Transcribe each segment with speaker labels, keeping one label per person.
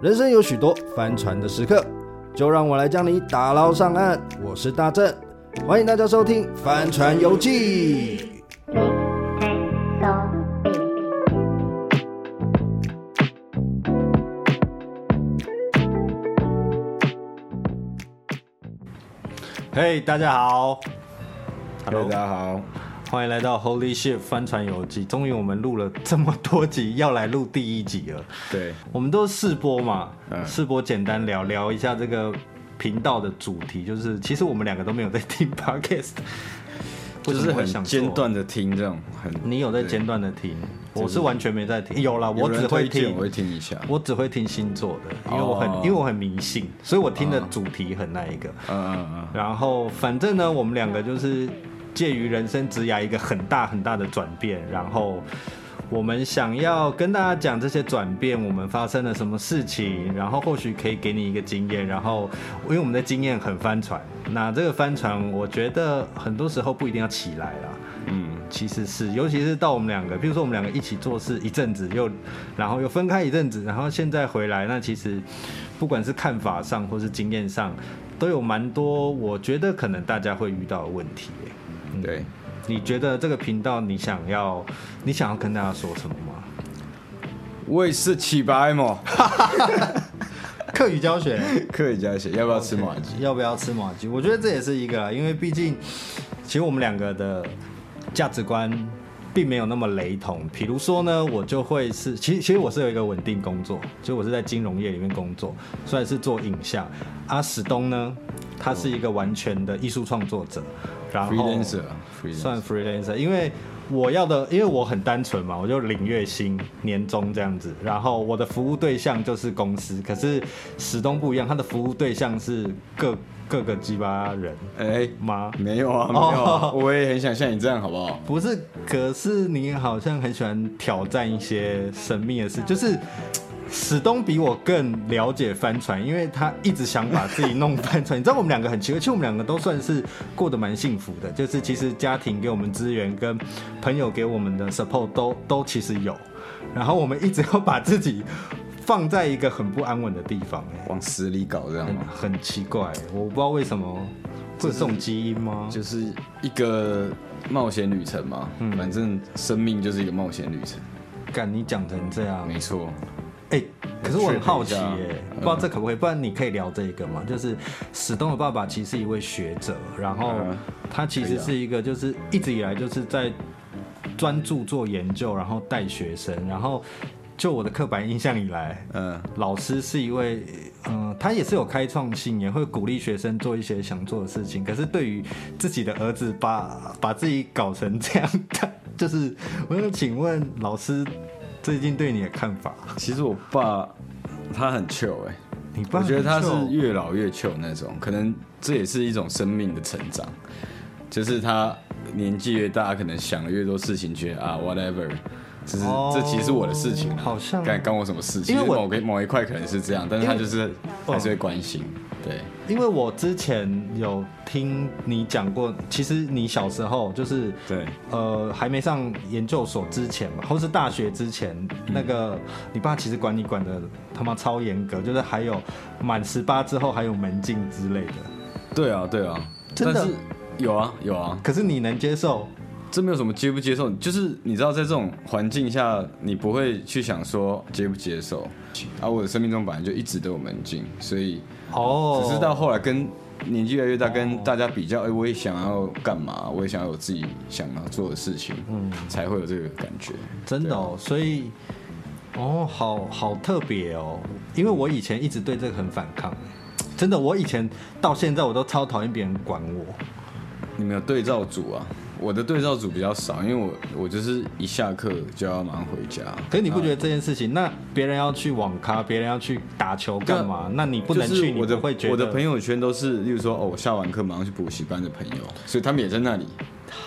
Speaker 1: 人生有许多翻船的时刻，就让我来将你打捞上岸。我是大正，欢迎大家收听《帆船游记》。嘿、大家好
Speaker 2: Hello，大家好，
Speaker 1: 欢迎来到 Holy Ship 帆船游记。终于我们录了这么多集，要来录第一集了。
Speaker 2: 对，
Speaker 1: 我们都试播嘛，
Speaker 2: 嗯
Speaker 1: 试播简单聊聊一下这个频道的主题，就是其实我们两个都没有在听 podcast，
Speaker 2: 就
Speaker 1: 为什
Speaker 2: 是
Speaker 1: 么会
Speaker 2: 很
Speaker 1: 想做
Speaker 2: 间。断的听这种，很
Speaker 1: 你有在
Speaker 2: 对
Speaker 1: 间断的听，我
Speaker 2: 就是
Speaker 1: 是完全没在听。有啦，
Speaker 2: 有
Speaker 1: 我
Speaker 2: 人
Speaker 1: 只会
Speaker 2: 推荐
Speaker 1: 听
Speaker 2: 我，会听一下。
Speaker 1: 我只会听星座的，因为我很
Speaker 2: 哦
Speaker 1: 因为我很迷信，所以我听的主题很那一个。
Speaker 2: 嗯嗯
Speaker 1: 然后反正呢，我们两个就是介于人生职涯一个很大很大的转变，然后我们想要跟大家讲这些转变，我们发生了什么事情，然后或许可以给你一个经验，然后因为我们的经验很帆船，那这个帆船我觉得很多时候不一定要起来啦。
Speaker 2: 嗯
Speaker 1: 其实是，尤其是到我们两个，比如说我们两个一起做事一阵子，又然后又分开一阵子，然后现在回来，那其实不管是看法上或是经验上，都有蛮多我觉得可能大家会遇到的问题耶。
Speaker 2: 嗯，对，
Speaker 1: 你觉得这个频道你想要你想要跟大家说什么吗？
Speaker 2: 我也是起白嘛，
Speaker 1: 课余教学
Speaker 2: 客语加写，啊要不要吃麻鸡？
Speaker 1: 要不要吃马鸡？我觉得这也是一个啦，因为毕竟其实我们两个的价值观并没有那么雷同。比如说呢，我就会是，其实其实我是有一个稳定工作，就我是在金融业里面工作，虽然是做影像。阿、史东呢，他是一个完全的艺术创作者，然后
Speaker 2: freelancer 啊 freelancer，
Speaker 1: 算 freelancer，因为我要的，因为我很单纯嘛，我就领月薪、年终这样子。然后我的服务对象就是公司，可是史东不一样，他的服务对象是各各个鸡巴人
Speaker 2: 哎，
Speaker 1: 吗？
Speaker 2: 没有啊，没有啊，
Speaker 1: 哦
Speaker 2: 我也很想像你这样，好不好？
Speaker 1: 不是，可是你好像很喜欢挑战一些神秘的事，就是。史东比我更了解帆船，因为他一直想把自己弄帆船。你知道我们两个很奇怪，其实我们两个都算是过得蛮幸福的，就是其实家庭给我们资源跟朋友给我们的 support 都都其实有，然后我们一直要把自己放在一个很不安稳的地方、哎
Speaker 2: 往死里搞这样
Speaker 1: 很
Speaker 2: 嘛，
Speaker 1: 很奇怪、我不知道为什么会有这种基因吗？
Speaker 2: 就是一个冒险旅程嘛，反正生命就是一个冒险旅程，
Speaker 1: 敢你讲成这样，
Speaker 2: 没错。
Speaker 1: 哎、可是我很好奇耶、
Speaker 2: 确定一下嗯
Speaker 1: 不知道这可不可以？不然你可以聊这个嘛？就是史东的爸爸其实是一位学者，啊然后
Speaker 2: 嗯
Speaker 1: 他其实是一个就是一直以来就是在专注做研究，然后带学生，然后就我的刻板印象以来。
Speaker 2: 嗯，
Speaker 1: 老师是一位，嗯、他也是有开创性，也会鼓励学生做一些想做的事情。可是对于自己的儿子把把自己搞成这样， 他就是我想请问老师最近对你的看法？
Speaker 2: 其实我爸他很 chill 哎、
Speaker 1: 你爸
Speaker 2: 我觉得他是
Speaker 1: 很臭
Speaker 2: 越老越糗那种，可能这也是一种生命的成长，就是他年纪越大，可能想的越多事情，觉得啊 whatever，就是、
Speaker 1: 哦
Speaker 2: 这其实我的事情啊、
Speaker 1: 好像
Speaker 2: 干干我什么事情？
Speaker 1: 因为我
Speaker 2: 某个某一块可能是这样，但是他就是还是会关心，对，
Speaker 1: 因为我之前有听你讲过，其实你小时候就是
Speaker 2: 对
Speaker 1: 呃还没上研究所之前嘛，或是大学之前，那个你爸其实管你管的他妈超严格，就是还有满十八之后还有门禁之类的。
Speaker 2: 对啊对啊，
Speaker 1: 真的
Speaker 2: 但是有啊有啊，
Speaker 1: 可是你能接受？
Speaker 2: 这没有什么接不接受，就是你知道，在这种环境下，你不会去想说接不接受。啊，我的生命中本来就一直都有门禁，所以
Speaker 1: 哦，
Speaker 2: 只是到后来跟年纪越来越大，跟大家比较，哎、我也想要干嘛，我也想要有自己想要做的事情，嗯，才会有这个感觉。
Speaker 1: 真的哦，所以哦，好好特别哦，因为我以前一直对这个很反抗，真的，我以前到现在我都超讨厌别人管我。
Speaker 2: 你们有对照组啊？我的对照组比较少，因为我我就是一下课就要马上回家。
Speaker 1: 可是你不觉得这件事情？那别人要去网咖，别人要去打球干嘛？那你不能
Speaker 2: 嗯就是
Speaker 1: 去，你
Speaker 2: 我的
Speaker 1: 不会觉得
Speaker 2: 我的朋友圈都是，例如说哦，我下完课马上去补习班的朋友，所以他们也在那里。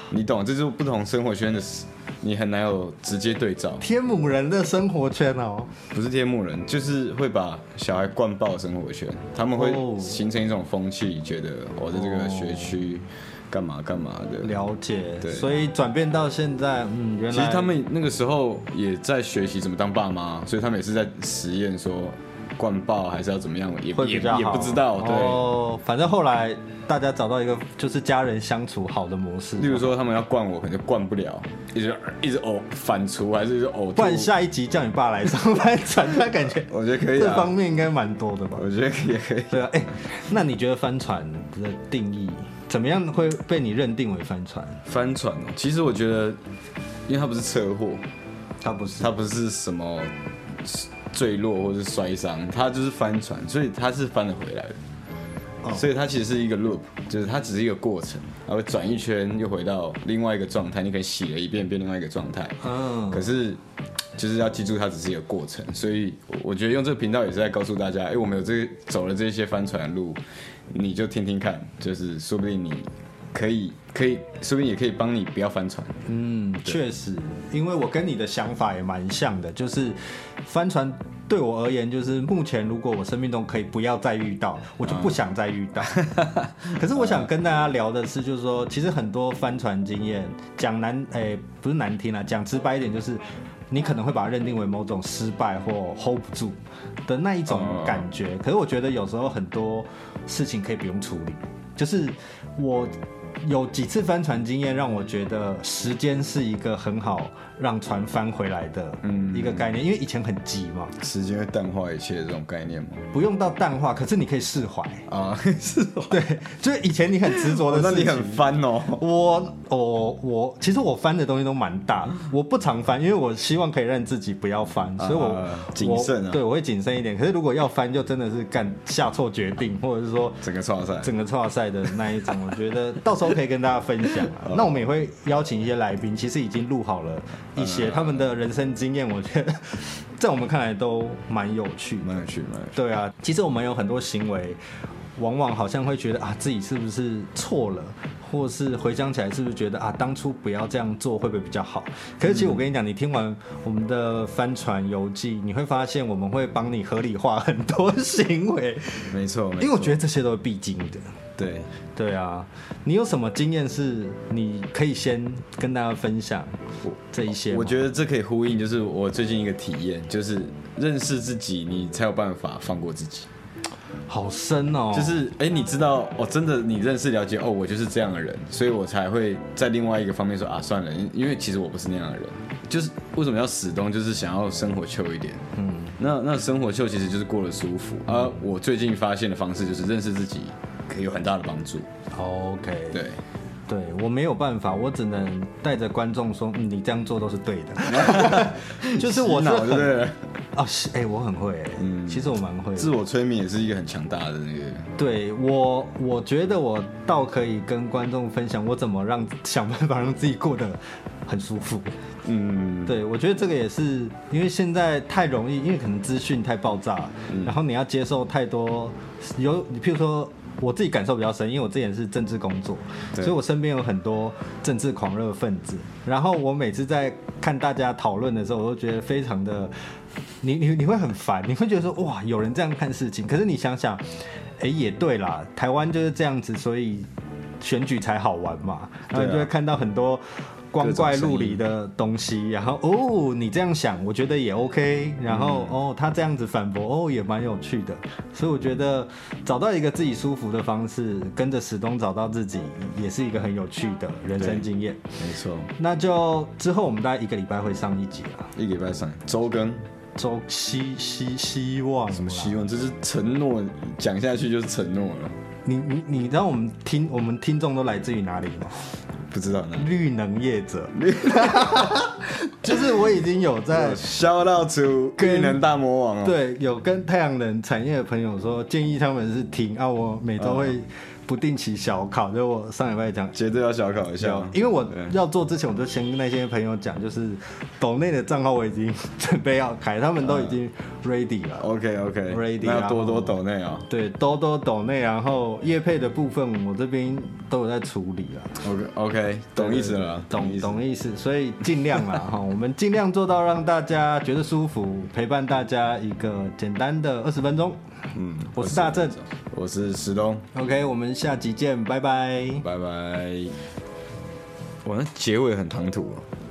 Speaker 2: 你懂，这就是不同生活圈的事，你很难有直接对照。
Speaker 1: 天母人的生活圈哦，
Speaker 2: 不是天幕人，就是会把小孩灌爆生活圈，他们会
Speaker 1: 哦
Speaker 2: 形成一种风气，觉得我在这个
Speaker 1: 哦
Speaker 2: 学区干嘛干嘛的。
Speaker 1: 了解。
Speaker 2: 对
Speaker 1: 所以转变到现在，嗯，原来
Speaker 2: 其实他们那个时候也在学习怎么当爸妈，所以他们也是在实验说，灌爆，还是要怎么样，也
Speaker 1: 会
Speaker 2: 也
Speaker 1: 比较好
Speaker 2: 也不知道。对，
Speaker 1: 哦，反正后来大家找到一个就是家人相处好的模式。
Speaker 2: 例如说他们要灌我，可能就灌不了，一直一直呕反刍，还是一直呕吐。
Speaker 1: 不然下一集叫你爸来上班船，他感觉
Speaker 2: 我觉得可以
Speaker 1: 这方
Speaker 2: 啊，
Speaker 1: 面应该蛮多的吧？
Speaker 2: 我觉得也可以。
Speaker 1: 对啊，哎、那你觉得帆船的定义怎么样会被你认定为帆船？
Speaker 2: 帆船哦，其实我觉得，因为它不是车祸，
Speaker 1: 它不是，
Speaker 2: 它不是什么坠落或是摔伤，它就是帆船，所以它是翻了回来的。
Speaker 1: 哦
Speaker 2: 所以它其实是一个 loop，就是它只是一个过程，它会转一圈又回到另外一个状态，你可以洗了一遍变另外一个状态。
Speaker 1: 嗯，
Speaker 2: 可是就是要记住，它只是一个过程。所以我我觉得用这个频道也是在告诉大家，哎、我们有这个走了这些帆船的路，你就听听看，就是说不定你可以可以，说不定也可以帮你不要翻船。
Speaker 1: 嗯，确实，因为我跟你的想法也蛮像的，就是帆船对我而言，就是目前如果我生命中可以不要再遇到，我就不想再遇到。 可是我想跟大家聊的是，就是说，其实很多帆船经验，讲难，诶、不是难听啦，啊讲直白一点就是。你可能会把它认定为某种失败或 hold 不住的那一种
Speaker 2: 嗯
Speaker 1: 感觉，可是我觉得有时候很多事情可以不用处理，就是我有几次帆船经验，让我觉得时间是一个很好让船翻回来的
Speaker 2: 嗯
Speaker 1: 一个概念，因为以前很急嘛，
Speaker 2: 时间会淡化一切的这种概念吗？
Speaker 1: 不用到淡化，可是你可以释怀。
Speaker 2: 啊， 是哦，
Speaker 1: 对，就是以前你很执着
Speaker 2: 哦
Speaker 1: 的
Speaker 2: 那
Speaker 1: 事
Speaker 2: 你
Speaker 1: 情。
Speaker 2: 很翻哦。
Speaker 1: 我我我，其实我翻的东西都蛮大，我不常翻，因为我希望可以让自己不要翻，所以我
Speaker 2: 嗯啊
Speaker 1: 我
Speaker 2: 谨慎啊
Speaker 1: 对，我会谨慎一点。可是如果要翻，就真的是干下错决定，或者是说
Speaker 2: 整个超赛，
Speaker 1: 整个超赛的那一种，我觉得到时候可以跟大家分享、 啊。
Speaker 2: 哦
Speaker 1: 那我们也会邀请一些来宾，其实已经录好了一
Speaker 2: 嗯
Speaker 1: 些他们的人生经验，我觉得 在我们看来都蛮有趣的。
Speaker 2: 蛮有趣，蛮有趣。
Speaker 1: 对啊，其实我们有很多行为，往往好像会觉得啊，自己是不是错了，或是回想起来是不是觉得啊，当初不要这样做会不会比较好？可是其实我跟你讲，你听完我们的帆船游记，你会发现我们会帮你合理化很多行为，
Speaker 2: 没错，
Speaker 1: 因为我觉
Speaker 2: 得
Speaker 1: 得这些都是必经的。
Speaker 2: 对，
Speaker 1: 对啊，你有什么经验是你可以先跟大家分享
Speaker 2: 我
Speaker 1: 这一些吗？
Speaker 2: 我
Speaker 1: 得
Speaker 2: 觉得这可以呼应，就是我最近一个体验，就是认识自己，你才有办法放过自己。
Speaker 1: 好深哦，
Speaker 2: 就是哎、诶你知道哦，真的你认识了解哦，我就是这样的人，所以我才会在另外一个方面说啊，算了，因因为其实我不是那样的人。就是为什么要始终就是想要生活秀一点，嗯，那那生活秀其实就是过得舒服。而我最近发现的方式就是认识自己，可以有很大的帮助。
Speaker 1: OK，
Speaker 2: 对，
Speaker 1: 对我没有办法，我只能带着观众说、嗯你这样做都是对的。 就是我是
Speaker 2: 脑对不
Speaker 1: 很
Speaker 2: 对？
Speaker 1: 啊，是哎、我很会哎、
Speaker 2: 嗯
Speaker 1: 其实我蛮会的。
Speaker 2: 自我催眠也是一个很强大的那个，
Speaker 1: 对我，我觉得我倒可以跟观众分享我怎么让想办法让自己过得很舒服。
Speaker 2: 嗯，
Speaker 1: 对，我觉得这个也是因为现在太容易，因为可能资讯太爆炸，
Speaker 2: 嗯
Speaker 1: 然后你要接受太多，有你譬如说。我自己感受比较深，因为我之前是政治工作，
Speaker 2: 对
Speaker 1: 所以我身边有很多政治狂热分子。然后我每次在看大家讨论的时候，我都觉得非常的，你你你会很烦，你会觉得说哇，有人这样看事情。可是你想想，哎、也对啦，台湾就是这样子，所以选举才好玩嘛。然后你就
Speaker 2: 对啊
Speaker 1: 会看到很多光怪陆离的东西，然后哦，你这样想，我觉得也 OK。然后、哦，他这样子反驳，哦，也蛮有趣的。所以我觉得找到一个自己舒服的方式，跟着史东找到自己，也是一个很有趣的人生
Speaker 2: 对
Speaker 1: 经验。
Speaker 2: 没错，
Speaker 1: 那就之后我们大概一个礼拜会上一集啊，
Speaker 2: 一个礼拜上周更，
Speaker 1: 周希希希望
Speaker 2: 什么
Speaker 1: 啦
Speaker 2: 希望？这是承诺，讲下去就是承诺了。
Speaker 1: 你你你知道我们听我们听众都来自于哪里吗？
Speaker 2: 不知道呢。
Speaker 1: 绿能业者， 就是我已经有在
Speaker 2: Shout out to
Speaker 1: 跟
Speaker 2: 绿能大魔王哦，，
Speaker 1: 对有跟太阳能产业的朋友说，建议他们是听啊，我每周会不定期小考，就我上礼拜讲。
Speaker 2: 绝对要嗯小考一下哦，
Speaker 1: 因为我
Speaker 2: 对
Speaker 1: 要做之前，我就先跟那些朋友讲，就是抖内的账号我已经准备要开，他们
Speaker 2: 嗯
Speaker 1: 都已经 ready 了。
Speaker 2: OK OK，
Speaker 1: Ready，啊
Speaker 2: 那
Speaker 1: 然
Speaker 2: 要
Speaker 1: 后
Speaker 2: 多多抖内哦。
Speaker 1: 对，都都抖内，然后业配的部分我这边都有在处理了。
Speaker 2: OK OK，懂意思了，
Speaker 1: 懂
Speaker 2: 意思。
Speaker 1: 懂意思，所以尽量啦 哈，我们尽量做到让大家觉得舒服，陪伴大家一个简单的二十分钟。
Speaker 2: 嗯，
Speaker 1: 我是大正
Speaker 2: 我是石东，
Speaker 1: ，OK，我们下集见，拜拜。
Speaker 2: 拜拜。哇，那结尾很唐突哦。